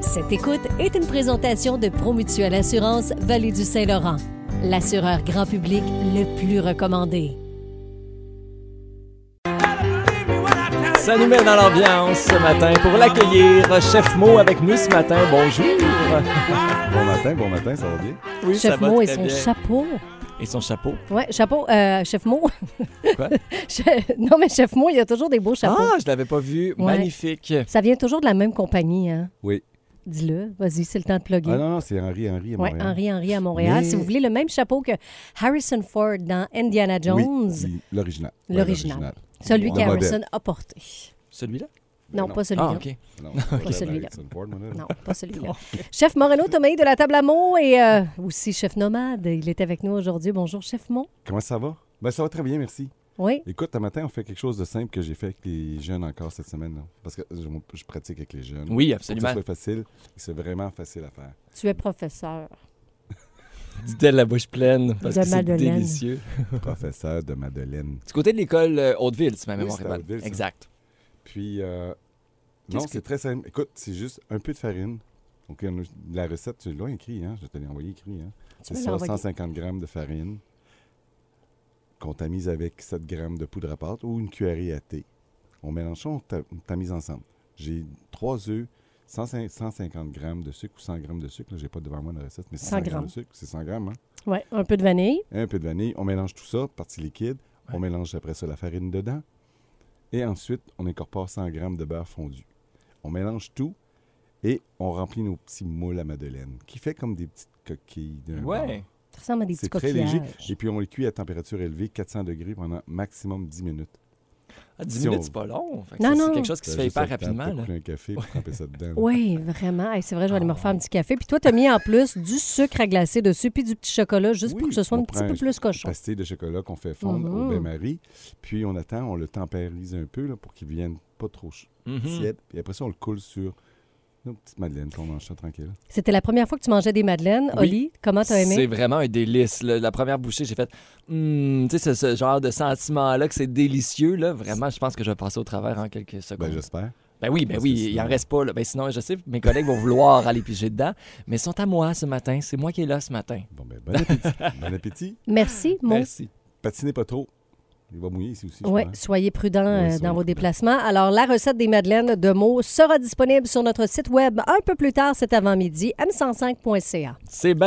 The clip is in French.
Cette écoute est une présentation de Promutuelle Assurance Vallée du Saint-Laurent, l'assureur grand public le plus recommandé. Ça nous met dans l'ambiance ce matin pour l'accueillir. Chef Mo avec nous ce matin. Bonjour. Bon matin, bon matin, ça va bien? Oui, Chef Mo et son bien. chapeau. Et son chapeau. Ouais, chapeau, euh, Chef Mo. Quoi? Je- Non, mais Chef Mo, il y a toujours des beaux chapeaux. Ah, je l'avais pas vu. Magnifique. Ça vient toujours de la même compagnie, hein? Oui. Dis-le, vas-y, c'est le temps de plugger. Ah non, non, c'est Henri, Henri à Oui, Montréal. Henri Henri à Montréal. Mais- Si vous voulez le même chapeau que Harrison Ford dans Indiana Oui, Jones, oui, l'original. Ouais, L'original. celui Le qu'Harrison modèle. a porté. Celui-là? Non, non. pas celui-là. Ah, OK. Non, Pas celui-là. Harrison Ford, mon ami. Non, pas celui-là. chef Moreno Tomei de la Table à Mont et euh, aussi chef nomade. Il est avec nous aujourd'hui. Bonjour, chef Mont. Comment ça va? Ben, ça va très bien, merci. Oui. Écoute, ce matin, on fait quelque chose de simple que j'ai fait avec les jeunes encore cette semaine. là. Parce que je, je pratique avec les jeunes. Oui, Pour que ce absolument. soit facile, et c'est vraiment facile à faire. Tu es professeur. Dit-elle la bouche pleine parce De que c'est Madeleine. délicieux. Professeur de Madeleine. Du côté de l'école euh, Hauteville, si ma Oui, mémoire c'est est à bonne. Hauteville, ça. Exact. Puis, euh, Qu'est-ce non, que- c'est très simple. Écoute, c'est juste un peu de farine. Donc, on a- la recette, tu l'as écrit, hein? Je te l'ai envoyé écrit, hein? Tu C'est me l'as ça, envoyé. 150 grammes de farine qu'on tamise avec 7 grammes de poudre à pâte ou une cuillerée à thé. On mélange ça, on ta- on tamise ensemble. J'ai 3 œufs, 150 150 grammes de sucre ou 100 grammes de sucre. Je n'ai pas devant moi la recette, mais c'est 100 100 grammes grammes. de sucre. C'est 100 grammes, hein? Oui, un peu de vanille. Et un peu de vanille. On mélange tout ça, partie liquide. On mélange après ça la farine dedans. Et ensuite, on incorpore 100 grammes de beurre fondu. On mélange tout et on remplit nos petits moules à madeleine, qui fait comme des petites coquilles d'un beurre. Ouais. Ça ressemble à des petits C'est très coquillages. léger. Et puis, on les cuit à température élevée, 400 degrés, pendant maximum 10 minutes. Ah, 10 Si on- minutes, c'est pas long. Fait que Non, ça, non. C'est quelque chose qui se T'as fait juste hyper le temps de rapidement. te là. couper un café pour tremper ça dedans. là. Oui, vraiment. Hey, c'est vrai, je vais aller me refaire Ah. un petit café. Puis toi, tu as mis en plus du sucre à glacer dessus, puis du petit chocolat, juste Oui, pour que ce soit on un petit prend peu plus cochon. Pastille de chocolat qu'on fait fondre Mhm. au bain-marie. Puis, on attend, on le tempérise un peu là, pour qu'il vienne pas trop ch- Mhm. tiède. Puis après ça, on le coule sur nos petites madeleines qu'on mange ça tranquille. C'était la première fois que tu mangeais des madeleines. Oui. Oli, comment Ah, t'as C'est aimé? vraiment un délice. là. La première bouchée, j'ai fait Hum, tu sais, ce, ce genre de sentiment-là, que c'est délicieux. Là. Vraiment, je pense que je vais passer au travers en quelques Ben, secondes. j'espère. Ben oui, ben Parce oui, que il en sinon- reste pas. Là. Ben sinon, je sais, mes collègues vont vouloir aller piger dedans, mais ils sont à moi ce matin. C'est moi qui est là ce matin. Bon, ben, bon appétit. bon appétit. Merci, mon Merci. Patinez pas trop. Il va mouiller ici aussi. je Oui, crois. soyez prudents euh, Ouais, soyez dans vos prudents. déplacements. Alors, la recette des madeleines de mots sera disponible sur notre site web un peu plus tard cet avant-midi, m105.ca. C'est bien.